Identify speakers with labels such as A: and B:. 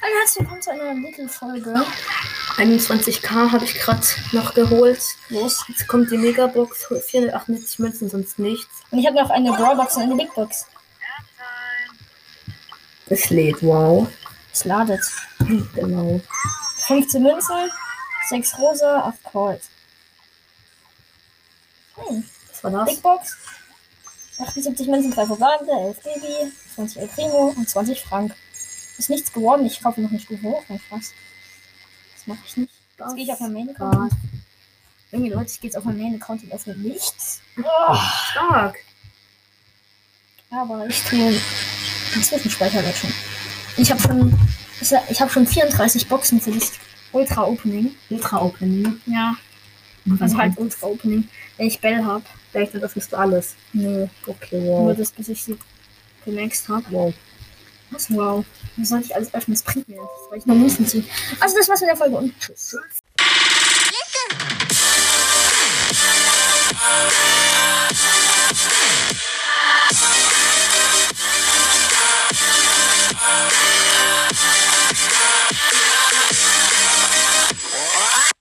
A: herzlich willkommen zu einer Mittelfolge.
B: 21k habe ich gerade noch geholt.
A: Los.
B: Jetzt kommt die Megabox, 478 Münzen, sonst nichts.
A: Und ich habe noch eine Brawlbox und eine Big Box.
B: Es lädt, wow.
A: Es ladet.
B: Genau.
A: 15 Münzen, 6 Rosa, 8 Gold. Hm.
B: Was war das?
A: Big Box. 78 Münzen, 3 Verwandte, 11 Baby, 20 El Primo und 20 Frank. Ist nichts geworden, ich kaufe noch nicht hoch. Krass. Das mache ich nicht. Jetzt gehe ich auf meinen Main-Account. Irgendwie, Leute, ich gehe jetzt auf meinen Main-Account und öffne nichts.
B: Stark.
A: Aber ich tue den Zwischenspeicher löschen. Ich habe schon, ich, sa- ich habe schon 34 Boxen für das Ultra Opening.
B: Ultra Opening.
A: Ja. Also halt Ultra Opening. Wenn ich Bell habe.
B: Vielleicht noch öffnest du alles.
A: Nö.
B: Okay,
A: Nur
B: wow.
A: das, bis ich sie gemaxt habe.
B: Wow.
A: Was? Wow. Wie sollte ich alles öffnen? Das bringt mir nichts, weil ich nur Münzen ziehe. Also das war's mit der Folge und tschüss.